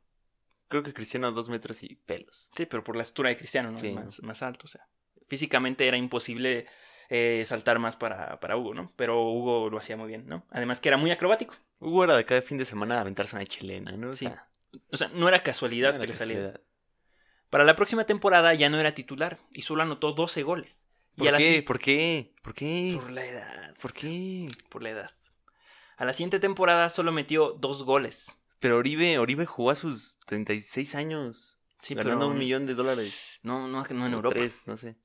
Speaker 1: Creo que Cristiano a dos metros y pelos.
Speaker 2: Sí, pero por la altura de Cristiano, ¿no?
Speaker 1: Sí.
Speaker 2: Más, más alto, o sea. Físicamente era imposible eh, saltar más para, para Hugo, ¿no? Pero Hugo lo hacía muy bien, ¿no? Además que era muy acrobático.
Speaker 1: Hugo era de cada fin de semana a aventarse una chilena, ¿no? O
Speaker 2: Sí,
Speaker 1: sea,
Speaker 2: O sea, no era casualidad
Speaker 1: no era
Speaker 2: que le saliera.
Speaker 1: casualidad.
Speaker 2: Para la próxima temporada ya no era titular y solo anotó 12 goles. y a
Speaker 1: ¿Por
Speaker 2: la
Speaker 1: qué?
Speaker 2: si-
Speaker 1: ¿Por qué? ¿Por qué?
Speaker 2: Por la edad,
Speaker 1: ¿Por qué?
Speaker 2: por la edad. A la siguiente temporada solo metió dos goles.
Speaker 1: Pero Oribe, Oribe jugó a sus 36 años,
Speaker 2: Sí,
Speaker 1: ganando
Speaker 2: pero
Speaker 1: un millón de dólares.
Speaker 2: No, no, no en
Speaker 1: O
Speaker 2: Europa.
Speaker 1: tres, no sé.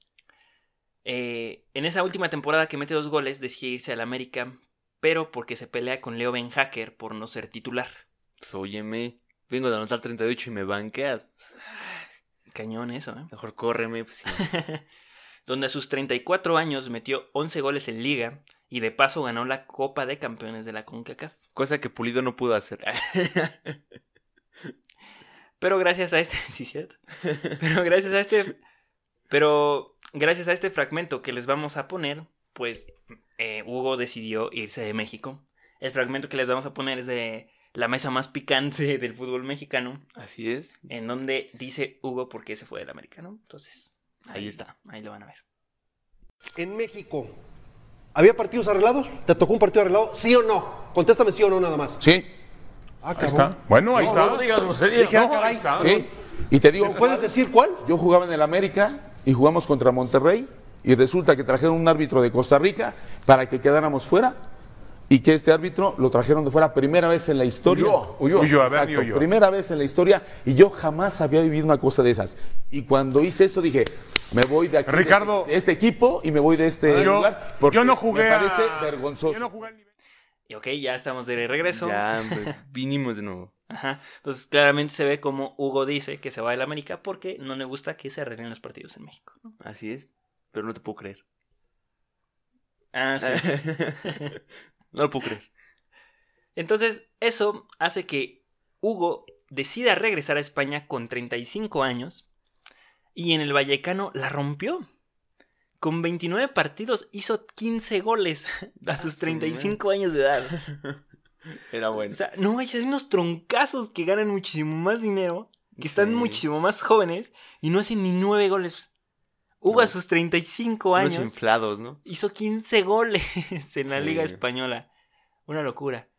Speaker 2: Eh, en esa última temporada que mete dos goles decide irse al América, pero porque se pelea con Leo Ben Hacker por no ser titular.
Speaker 1: Pues óyeme, vengo de anotar 38 y me banqueas. Pues,
Speaker 2: Cañón eso, ¿eh?
Speaker 1: mejor córreme, pues sí.
Speaker 2: Donde a sus 34 años metió 11 goles en liga y de paso ganó la Copa de Campeones de la CONCACAF.
Speaker 1: Cosa que Pulido no pudo hacer.
Speaker 2: Pero gracias a este. Sí, cierto. Pero gracias a este. Pero gracias a este fragmento que les vamos a poner, pues eh, Hugo decidió irse de México. El fragmento que les vamos a poner es de la mesa más picante del fútbol mexicano,
Speaker 1: Así es.
Speaker 2: en donde dice Hugo por qué se fue del América, ¿no? Entonces,
Speaker 1: Ahí está.
Speaker 2: ahí lo van a ver.
Speaker 3: En México, ¿había partidos arreglados? ¿Te tocó un partido arreglado? ¿Sí o no? Contéstame sí o no nada más.
Speaker 4: Sí,
Speaker 3: Ah,
Speaker 4: ahí está. Bueno, ahí
Speaker 3: No,
Speaker 4: está.
Speaker 3: no
Speaker 5: digas groserías,
Speaker 3: Dije, ah,
Speaker 5: no,
Speaker 3: caray.
Speaker 5: ahí está.
Speaker 4: Sí. Y te digo,
Speaker 3: ¿Me puedes decir cuál?
Speaker 4: yo jugaba en el América y jugamos contra Monterrey y resulta que trajeron un árbitro de Costa Rica para que quedáramos fuera y que este árbitro lo trajeron de fuera primera vez en la historia.
Speaker 5: Huyó, huyó. Huyó, a ver,
Speaker 4: Exacto,
Speaker 5: huyó.
Speaker 4: primera vez en la historia y yo jamás había vivido una cosa de esas. Y cuando hice eso dije, me voy de aquí,
Speaker 5: Ricardo.
Speaker 4: de este equipo y me voy de este
Speaker 5: Yo,
Speaker 4: lugar
Speaker 5: yo no jugué
Speaker 4: me parece
Speaker 5: a-
Speaker 4: vergonzoso.
Speaker 5: yo no jugué al nivel-
Speaker 2: Y ok, ya estamos de regreso.
Speaker 1: Ya, pues, vinimos de nuevo.
Speaker 2: Ajá. Entonces, claramente se ve como Hugo dice que se va del América porque no le gusta que se arreglen los partidos en México. ¿no?
Speaker 1: Así es. Pero no te puedo creer.
Speaker 2: Ah, sí.
Speaker 1: no lo puedo creer.
Speaker 2: Entonces, eso hace que Hugo decida regresar a España con 35 años y en el Vallecano la rompió. Con 29 partidos hizo 15 goles
Speaker 1: Ah,
Speaker 2: a sus 35 años de edad.
Speaker 1: Era
Speaker 2: O
Speaker 1: bueno.
Speaker 2: sea, no, manches, hay unos troncazos que ganan muchísimo más dinero, que están
Speaker 1: Sí.
Speaker 2: muchísimo más jóvenes y no hacen ni 9 goles. Hugo a
Speaker 1: No.
Speaker 2: sus 35
Speaker 1: Unos
Speaker 2: años
Speaker 1: inflados, ¿no?
Speaker 2: hizo 15 goles en la
Speaker 1: Sí.
Speaker 2: Liga Española. Una locura.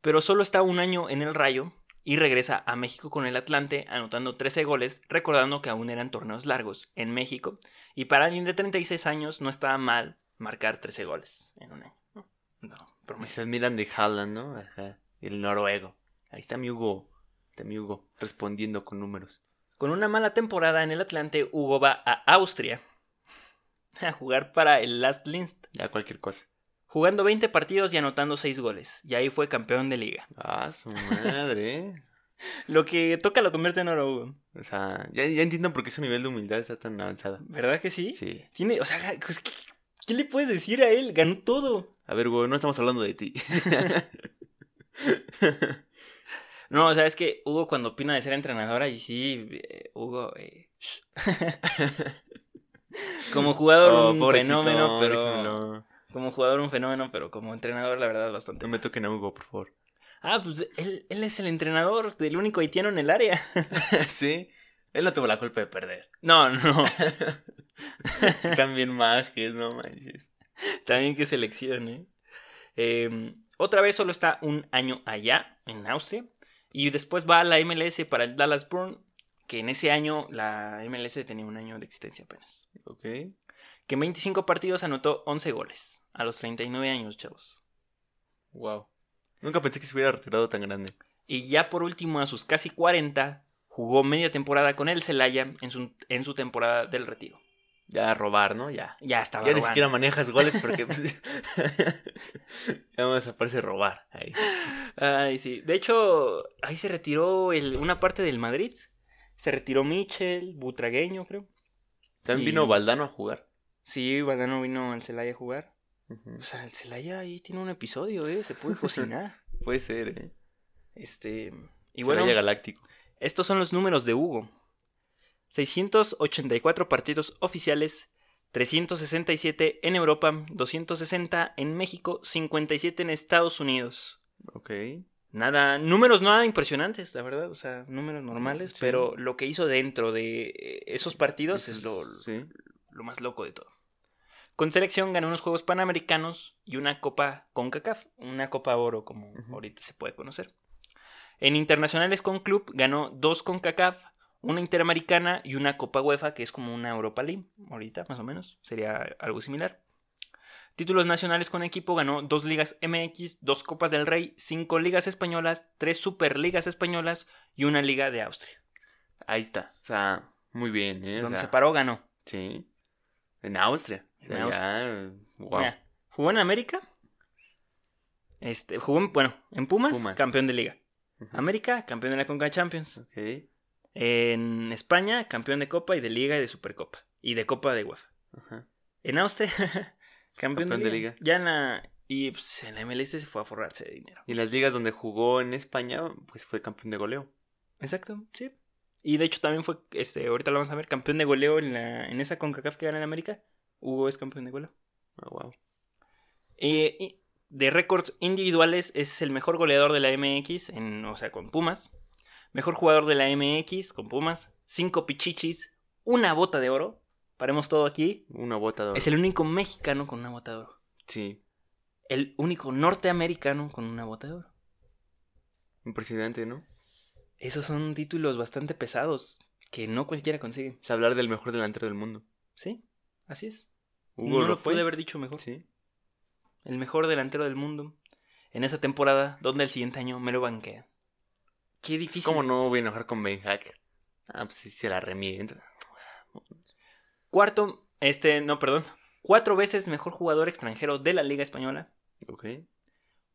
Speaker 2: Pero solo está un año en el Rayo y regresa a México con el Atlante anotando 13 goles, recordando que aún eran torneos largos en México. Y para alguien de 36 años no estaba mal marcar 13 goles en un año. No,
Speaker 1: Y
Speaker 2: promedio.
Speaker 1: se admiran de Haaland, ¿no? Ajá. El noruego. Ahí está mi Hugo. Está mi Hugo respondiendo con números.
Speaker 2: Con una mala temporada en el Atlante, Hugo va a Austria a jugar para el Last Linz,
Speaker 1: Ya cualquier cosa.
Speaker 2: jugando 20 partidos y anotando 6 goles. Y ahí fue campeón de liga.
Speaker 1: Ah, su madre. ¿eh?
Speaker 2: Lo que toca lo convierte en oro, Hugo.
Speaker 1: O sea, ya, ya entiendo por qué su nivel de humildad está tan avanzada.
Speaker 2: ¿Verdad que sí?
Speaker 1: Sí.
Speaker 2: Tiene, o sea, ga- pues, ¿qué, qué le puedes decir a él? Ganó todo.
Speaker 1: A ver, Hugo, no estamos hablando de ti.
Speaker 2: No, o sea, es que Hugo cuando opina de ser entrenadora y sí, eh, Hugo, eh, shh. como jugador
Speaker 1: Oh,
Speaker 2: un
Speaker 1: pobrecito,
Speaker 2: fenómeno, pero
Speaker 1: déjenlo.
Speaker 2: como jugador un fenómeno, pero como entrenador la verdad bastante.
Speaker 1: No me toquen a Hugo, por favor.
Speaker 2: Ah, pues él, él es el entrenador del único haitiano en el área.
Speaker 1: sí. Él no tuvo la culpa de perder.
Speaker 2: No, no.
Speaker 1: También majes, no manches.
Speaker 2: También que selección, ¿eh? Eh, Otra vez solo está un año allá, en Austria. Y después va a la MLS para el Dallas Burn, que en ese año la MLS tenía un año de existencia apenas.
Speaker 1: Ok.
Speaker 2: Que en 25 partidos anotó 11 goles. A los 39 años, chavos.
Speaker 1: Wow. Nunca pensé que se hubiera retirado tan grande.
Speaker 2: Y ya por último, a sus casi 40, jugó media temporada con el Celaya en su, en su temporada del retiro.
Speaker 1: Ya a robar, ¿no? Ya.
Speaker 2: Ya estaba
Speaker 1: Ya ni
Speaker 2: robando.
Speaker 1: siquiera manejas goles porque pues, ya más aparece robar. Ay,
Speaker 2: Ay, sí. De hecho, ahí se retiró el- una parte del Madrid. Se retiró Michel, Butragueño, creo.
Speaker 1: También
Speaker 2: Y-
Speaker 1: vino Valdano a jugar.
Speaker 2: Sí, Badano vino al Celaya a jugar.
Speaker 1: Ujú.
Speaker 2: O sea, el Celaya ahí tiene un episodio, ¿eh? Se puede cocinar.
Speaker 1: Puede ser, ¿eh?
Speaker 2: Este. Y
Speaker 1: Y
Speaker 2: bueno,
Speaker 1: Galáctico.
Speaker 2: estos son los números de Hugo: 684 partidos oficiales, 367 en Europa, 260 en México, 57 en Estados Unidos.
Speaker 1: Ok.
Speaker 2: Nada, números nada impresionantes, la verdad, o sea, números normales,
Speaker 1: Sí.
Speaker 2: pero lo que hizo dentro de eh, esos partidos es lo,
Speaker 1: Sí.
Speaker 2: lo más loco de todo. Con selección ganó unos Juegos Panamericanos y una Copa con CACAF, una Copa Oro como
Speaker 1: Ujú.
Speaker 2: ahorita se puede conocer. En internacionales con club ganó dos con CACAF, una Interamericana y una Copa UEFA, que es como una Europa League, ahorita más o menos, sería algo similar. Títulos nacionales con equipo ganó dos ligas MX, dos Copas del Rey, cinco ligas españolas, tres Superligas españolas y una liga de Austria.
Speaker 1: Ahí está. O sea, muy bien, ¿eh? O
Speaker 2: Donde
Speaker 1: sea,
Speaker 2: se paró ganó.
Speaker 1: Sí. En Austria. O sea,
Speaker 2: En Austria.
Speaker 1: ya, wow.
Speaker 2: Mira, jugó en América. Este, jugó en, bueno, en Pumas,
Speaker 1: Pumas.
Speaker 2: campeón de liga.
Speaker 1: Ujú.
Speaker 2: América, campeón de la Conca Champions.
Speaker 1: Ok.
Speaker 2: En España, campeón de Copa y de Liga y de Supercopa. Y de Copa de UEFA.
Speaker 1: Ajá.
Speaker 2: En Austria, campeón,
Speaker 1: Campeón
Speaker 2: de,
Speaker 1: de
Speaker 2: liga.
Speaker 1: liga.
Speaker 2: Ya en la. Y pues, en la MLS se fue a forrarse de dinero.
Speaker 1: Y en las ligas donde jugó en España, pues fue campeón de goleo.
Speaker 2: Exacto, sí. Y de hecho también fue, este, ahorita lo vamos a ver, campeón de goleo en, la, en esa CONCACAF que gana en América. Hugo es campeón de goleo.
Speaker 1: Ah, wow.
Speaker 2: Eh, y de récords individuales es el mejor goleador de la MX, en, o sea, con Pumas. Mejor jugador de la MX con Pumas. Cinco pichichis. Una bota de oro. Paremos todo aquí.
Speaker 1: Una bota de oro.
Speaker 2: Es el único mexicano con una bota de oro.
Speaker 1: Sí.
Speaker 2: El único norteamericano con una bota de oro.
Speaker 1: Impresionante, ¿no?
Speaker 2: Esos son títulos bastante pesados que no cualquiera consigue.
Speaker 1: Es hablar del mejor delantero del mundo.
Speaker 2: ¿Sí? Así es.
Speaker 1: Hugo
Speaker 2: no lo
Speaker 1: fue.
Speaker 2: pude haber dicho mejor.
Speaker 1: Sí.
Speaker 2: El mejor delantero del mundo. En esa temporada, donde el siguiente año me lo banquean. Qué
Speaker 1: Pues,
Speaker 2: difícil.
Speaker 1: ¿Cómo no voy a enojar con Ben Hack? Ah, pues sí, se la remienta.
Speaker 2: Cuarto, este, no, perdón. Cuatro veces mejor jugador extranjero de la Liga Española.
Speaker 1: Ok.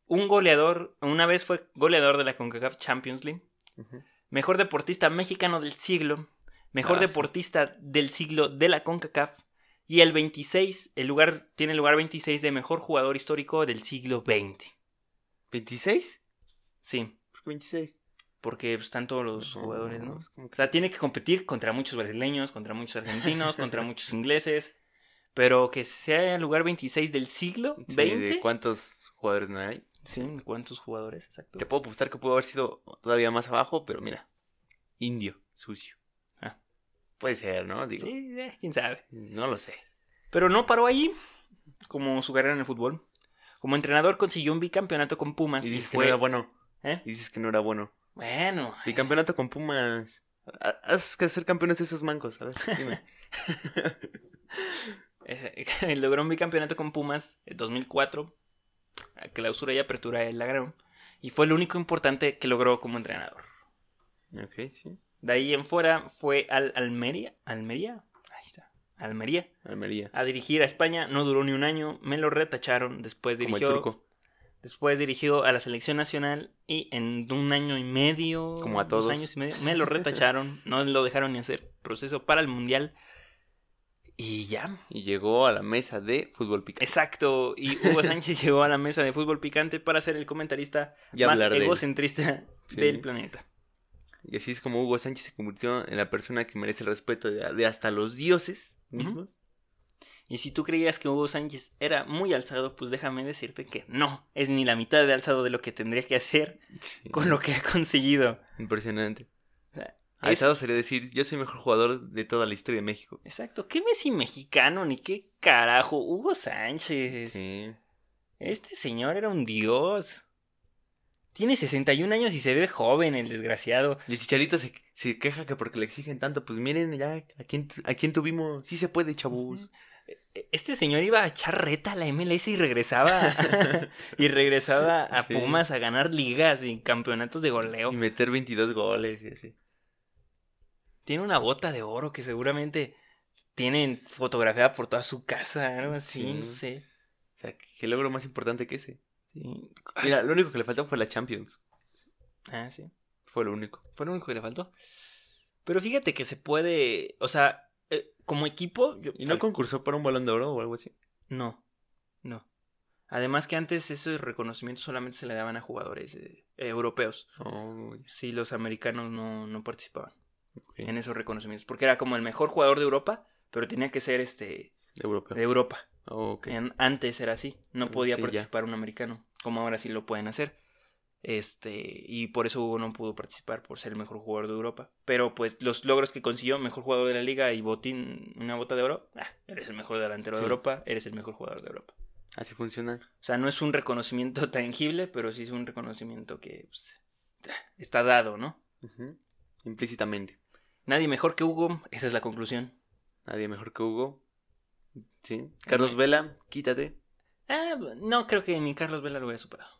Speaker 2: Un goleador, una vez fue goleador de la CONCACAF Champions League.
Speaker 1: Ujú.
Speaker 2: Mejor deportista mexicano del siglo. Mejor
Speaker 1: Ah, sí.
Speaker 2: deportista del siglo de la CONCACAF. Y el 26, el lugar, tiene el lugar 26 de mejor jugador histórico del siglo XX.
Speaker 1: ¿26?
Speaker 2: Sí,
Speaker 1: ¿Por qué 26?
Speaker 2: porque pues, están todos los
Speaker 1: No,
Speaker 2: jugadores, ¿no?
Speaker 1: es como
Speaker 2: O
Speaker 1: que-
Speaker 2: sea, tiene que competir contra muchos brasileños, contra muchos argentinos, contra muchos ingleses. Pero que sea el lugar 26 del siglo
Speaker 1: Sí,
Speaker 2: XX.
Speaker 1: ¿De cuántos jugadores no hay?
Speaker 2: Sí, ¿cuántos jugadores? Exacto.
Speaker 1: Te puedo apostar que pudo haber sido todavía más abajo, pero mira. Indio, sucio.
Speaker 2: Ah.
Speaker 1: Puede ser, ¿no? Digo,
Speaker 2: Sí, eh, quién sabe.
Speaker 1: no lo sé.
Speaker 2: Pero no paró ahí, como su carrera en el fútbol. Como entrenador consiguió un bicampeonato con Pumas.
Speaker 1: Y
Speaker 2: Y,
Speaker 1: dices que
Speaker 2: fue-
Speaker 1: no era bueno.
Speaker 2: ¿Eh?
Speaker 1: Y dices que no era bueno.
Speaker 2: Bueno,
Speaker 1: Y campeonato con Pumas. Ha- Haz que ser campeones de esos mancos. A ver, dime.
Speaker 2: eh, logró un bicampeonato con Pumas en 2004. A clausura y apertura él la ganó. Y fue el único importante que logró como entrenador.
Speaker 1: ok, sí.
Speaker 2: De ahí en fuera fue al Almería. ¿Almería? Ahí está. Almería.
Speaker 1: Almería.
Speaker 2: A dirigir a España. No duró ni un año. Me lo retacharon. Después
Speaker 1: Como el
Speaker 2: Pues dirigió.
Speaker 1: turco.
Speaker 2: Después dirigió a la selección nacional y en un año y medio,
Speaker 1: Como a
Speaker 2: dos
Speaker 1: todos.
Speaker 2: años y medio, me lo retacharon, no lo dejaron ni hacer proceso para el mundial. Y ya,
Speaker 1: Y llegó a la mesa de fútbol picante.
Speaker 2: exacto. Y Hugo Sánchez llegó a la mesa de fútbol picante para ser el comentarista
Speaker 1: Y
Speaker 2: más
Speaker 1: hablar de él.
Speaker 2: egocentrista
Speaker 1: Sí.
Speaker 2: del planeta.
Speaker 1: Y así es como Hugo Sánchez se convirtió en la persona que merece el respeto de, de hasta los dioses mismos.
Speaker 2: Y si tú creías que Hugo Sánchez era muy alzado, pues déjame decirte que no, es ni la mitad de alzado de lo que tendría que hacer
Speaker 1: Sí.
Speaker 2: con lo que ha conseguido.
Speaker 1: Impresionante.
Speaker 2: O sea, es-
Speaker 1: Alzado sería decir, yo soy mejor jugador de toda la historia de México.
Speaker 2: Exacto, qué Messi mexicano, ni qué carajo, Hugo Sánchez.
Speaker 1: Sí.
Speaker 2: Este señor era un dios. Tiene 61 años y se ve joven el desgraciado.
Speaker 1: Y el chicharito se, se queja que porque le exigen tanto. Pues miren, ya, ¿a quién, a quién tuvimos? Sí se puede, chavos.
Speaker 2: E- Este señor iba a echar reta a la MLS y regresaba y regresaba a
Speaker 1: Sí.
Speaker 2: Pumas a ganar ligas y campeonatos de goleo.
Speaker 1: Y meter 22 goles y así.
Speaker 2: Tiene una bota de oro que seguramente tienen fotografiada por toda su casa, algo así,
Speaker 1: Sí.
Speaker 2: no sé.
Speaker 1: O sea, ¿qué logro más importante que ese?
Speaker 2: Sí.
Speaker 1: Mira, lo único que le faltó fue la Champions.
Speaker 2: Ah, sí.
Speaker 1: Fue lo único.
Speaker 2: Fue lo único que le faltó. Pero fíjate que se puede. O sea, eh, como equipo. yo-
Speaker 1: ¿Y no concursó para un balón de oro o algo así?
Speaker 2: No, no. Además que antes esos reconocimientos solamente se le daban a jugadores eh, europeos.
Speaker 1: Oh, ya.
Speaker 2: Sí, los americanos no, no participaban
Speaker 1: Ok.
Speaker 2: en esos reconocimientos. Porque era como el mejor jugador de Europa, pero tenía que ser este
Speaker 1: Europeo.
Speaker 2: de Europa.
Speaker 1: Oh, ok.
Speaker 2: En- antes era así. No podía
Speaker 1: Sí, ya.
Speaker 2: participar un americano. Como ahora sí lo pueden hacer. Este, y por eso Hugo no pudo participar, por ser el mejor jugador de Europa. Pero pues los logros que consiguió, mejor jugador de la liga y botín, una bota de oro, ah, eres el mejor delantero
Speaker 1: Sí.
Speaker 2: de Europa, eres el mejor jugador de Europa.
Speaker 1: Así funciona.
Speaker 2: O sea, no es un reconocimiento tangible, pero sí es un reconocimiento que pues, está dado, ¿no?
Speaker 1: Ujú. Implícitamente.
Speaker 2: Nadie mejor que Hugo, esa es la conclusión.
Speaker 1: Nadie mejor que Hugo. Sí. Carlos Vela, quítate.
Speaker 2: Ah, no creo que ni Carlos Vela lo hubiera superado.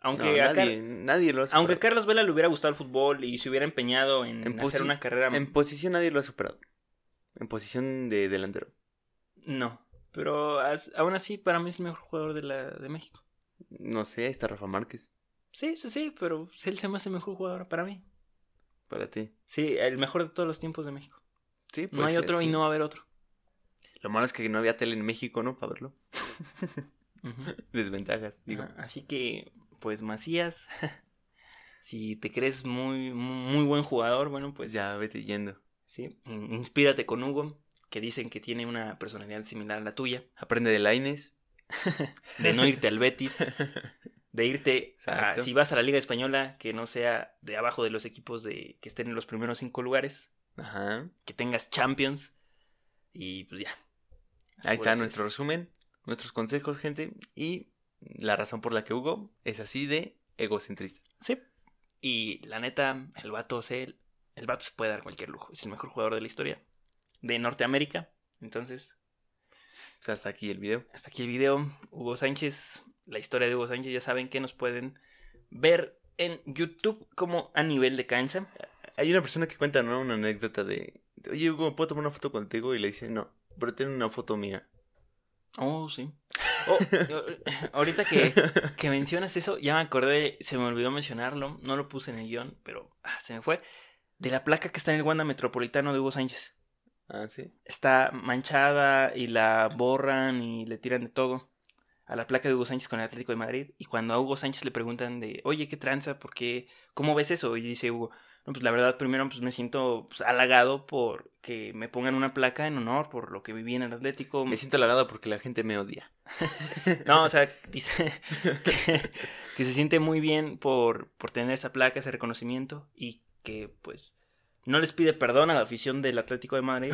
Speaker 2: Aunque,
Speaker 1: No,
Speaker 2: a Car-
Speaker 1: nadie, nadie lo ha superado.
Speaker 2: aunque a Carlos Vela le hubiera gustado el fútbol y se hubiera empeñado en,
Speaker 1: En
Speaker 2: hacer
Speaker 1: posi-
Speaker 2: una carrera.
Speaker 1: En posición nadie lo ha superado. En posición de delantero.
Speaker 2: No. Pero as- aún así, para mí es el mejor jugador de, la, de México.
Speaker 1: No sé, ahí está Rafa Márquez.
Speaker 2: Sí, sí, sí, pero él se me hace mejor jugador para mí.
Speaker 1: Para ti.
Speaker 2: Sí, el mejor de todos los tiempos de México.
Speaker 1: Pues Sí,
Speaker 2: No
Speaker 1: puede
Speaker 2: hay
Speaker 1: ser,
Speaker 2: otro y
Speaker 1: sí.
Speaker 2: no va a haber otro.
Speaker 1: Lo malo es que no había tele en México, ¿no? Para verlo.
Speaker 2: Ujú.
Speaker 1: Desventajas, digo.
Speaker 2: Ajá, así que, pues Macías, si te crees muy, muy buen jugador, bueno, pues
Speaker 1: Pues ya vete yendo.
Speaker 2: sí, in- inspírate con Hugo, que dicen que tiene una personalidad similar a la tuya,
Speaker 1: Aprende de Laines.
Speaker 2: de no irte al Betis, de irte, a-
Speaker 1: Exacto.
Speaker 2: si vas a la Liga Española, que no sea de abajo de los equipos de que estén en los primeros cinco lugares,
Speaker 1: Ajá.
Speaker 2: que tengas Champions, y pues ya.
Speaker 1: Ahí está
Speaker 2: Asegúrate.
Speaker 1: nuestro resumen, nuestros consejos, gente. Y la razón por la que Hugo es así de egocentrista.
Speaker 2: Sí. Y la neta, el vato, se, el vato se puede dar cualquier lujo. Es el mejor jugador de la historia de Norteamérica. Entonces,
Speaker 1: Pues hasta aquí el video.
Speaker 2: hasta aquí el video. Hugo Sánchez, la historia de Hugo Sánchez, ya saben que nos pueden ver en YouTube como a nivel de cancha.
Speaker 1: Hay una persona que cuenta, ¿no? Una anécdota de. Oye, Hugo, ¿puedo tomar una foto contigo? Y le dice, no, pero tiene una foto mía.
Speaker 2: Oh, sí. Oh, ahorita que, que mencionas eso, ya me acordé, se me olvidó mencionarlo, no lo puse en el guión, pero ah, se me fue. De la placa que está en el Wanda Metropolitano de Hugo Sánchez.
Speaker 1: Ah, sí.
Speaker 2: está manchada y la borran y le tiran de todo a la placa de Hugo Sánchez con el Atlético de Madrid. Y cuando a Hugo Sánchez le preguntan de, oye, ¿qué tranza? ¿Por qué? ¿Cómo ves eso? Y dice Hugo, no, pues la verdad, primero pues me siento pues, halagado por que me pongan una placa en honor por lo que viví en el Atlético.
Speaker 1: Me siento halagado porque la gente me odia.
Speaker 2: No, o sea, dice que, que se siente muy bien por, por tener esa placa, ese reconocimiento y que pues no les pide perdón a la afición del Atlético de Madrid.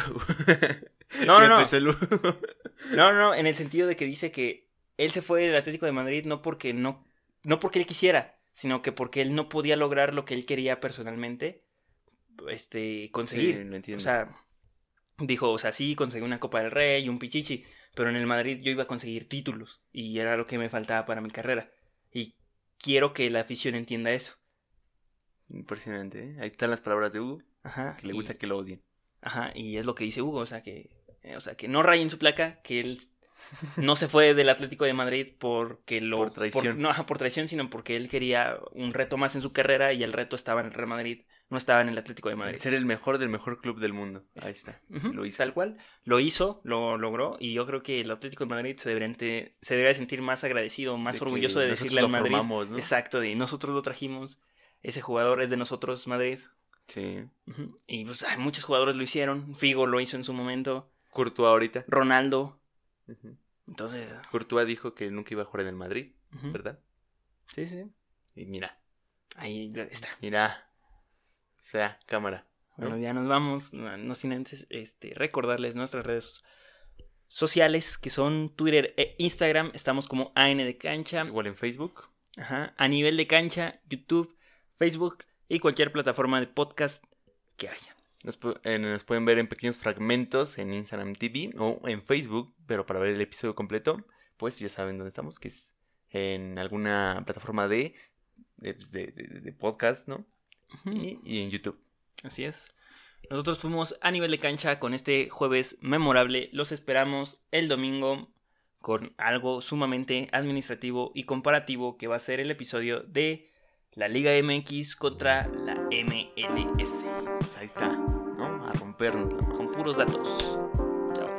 Speaker 2: No,
Speaker 1: Ya
Speaker 2: no, no.
Speaker 1: empezó el Hugo.
Speaker 2: No, no, no, en el sentido de que dice que él se fue del Atlético de Madrid no porque no, no porque él quisiera, sino que porque él no podía lograr lo que él quería personalmente, este,
Speaker 1: Sí,
Speaker 2: conseguir.
Speaker 1: lo
Speaker 2: o
Speaker 1: entiendo.
Speaker 2: sea, dijo, o sea, sí, conseguí una Copa del Rey, un pichichi, pero en el Madrid yo iba a conseguir títulos y era lo que me faltaba para mi carrera. Y quiero que la afición entienda eso.
Speaker 1: Impresionante, ¿eh? Ahí están las palabras de Hugo,
Speaker 2: Ajá.
Speaker 1: que le
Speaker 2: y-
Speaker 1: gusta que lo odien.
Speaker 2: Ajá, y es lo que dice Hugo, o sea que, eh, o sea, que no rayen su placa, que él no se fue del Atlético de Madrid porque lo...
Speaker 1: Por traición.
Speaker 2: no, ajá, por traición, sino porque él quería un reto más en su carrera y el reto estaba en el Real Madrid, no estaba en el Atlético de Madrid.
Speaker 1: Ser el mejor del mejor club del mundo.
Speaker 2: Es-
Speaker 1: Ahí está.
Speaker 2: Ujú,
Speaker 1: Lo hizo.
Speaker 2: Tal cual. Lo hizo, lo logró, y yo creo que el Atlético de Madrid se debería, ente- se debería sentir más agradecido, más
Speaker 1: que
Speaker 2: orgulloso de
Speaker 1: nosotros
Speaker 2: decirle
Speaker 1: lo
Speaker 2: al Madrid.
Speaker 1: formamos, ¿no?
Speaker 2: Exacto, de nosotros lo trajimos, ese jugador es de nosotros, Madrid.
Speaker 1: Sí.
Speaker 2: Ujú, Y pues ay, muchos jugadores lo hicieron, Figo lo hizo en su momento,
Speaker 1: Courtois ahorita.
Speaker 2: Ronaldo.
Speaker 1: Ujú.
Speaker 2: Entonces,
Speaker 1: Courtois dijo que nunca iba a jugar en el Madrid,
Speaker 2: ujú.
Speaker 1: ¿verdad?
Speaker 2: Sí, sí.
Speaker 1: Y mira,
Speaker 2: Ahí la- está.
Speaker 1: mira. O sea, cámara. ¿no?
Speaker 2: Bueno, ya nos vamos. No, no sin antes este, recordarles nuestras redes sociales que son Twitter e Instagram. Estamos como AN de cancha.
Speaker 1: Igual en Facebook.
Speaker 2: Ajá. A nivel de cancha, YouTube, Facebook y cualquier plataforma de podcast que haya.
Speaker 1: Nos, pu- eh, nos pueden ver en pequeños fragmentos en Instagram TV o en Facebook, pero para ver el episodio completo, pues ya saben dónde estamos, que es en alguna plataforma de, de, pues, de- de- de podcast, ¿no? Y, y en YouTube.
Speaker 2: Así es. Nosotros fuimos a nivel de cancha con este jueves memorable. Los esperamos el domingo con algo sumamente administrativo y comparativo que va a ser el episodio de la Liga MX contra la MLS.
Speaker 1: Pues ahí está, ¿no? A rompernos la madre,
Speaker 2: Con puros datos.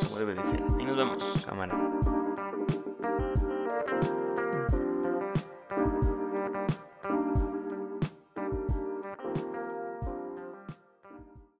Speaker 1: como debe de ser.
Speaker 2: Ahí nos vemos.
Speaker 1: Cámara.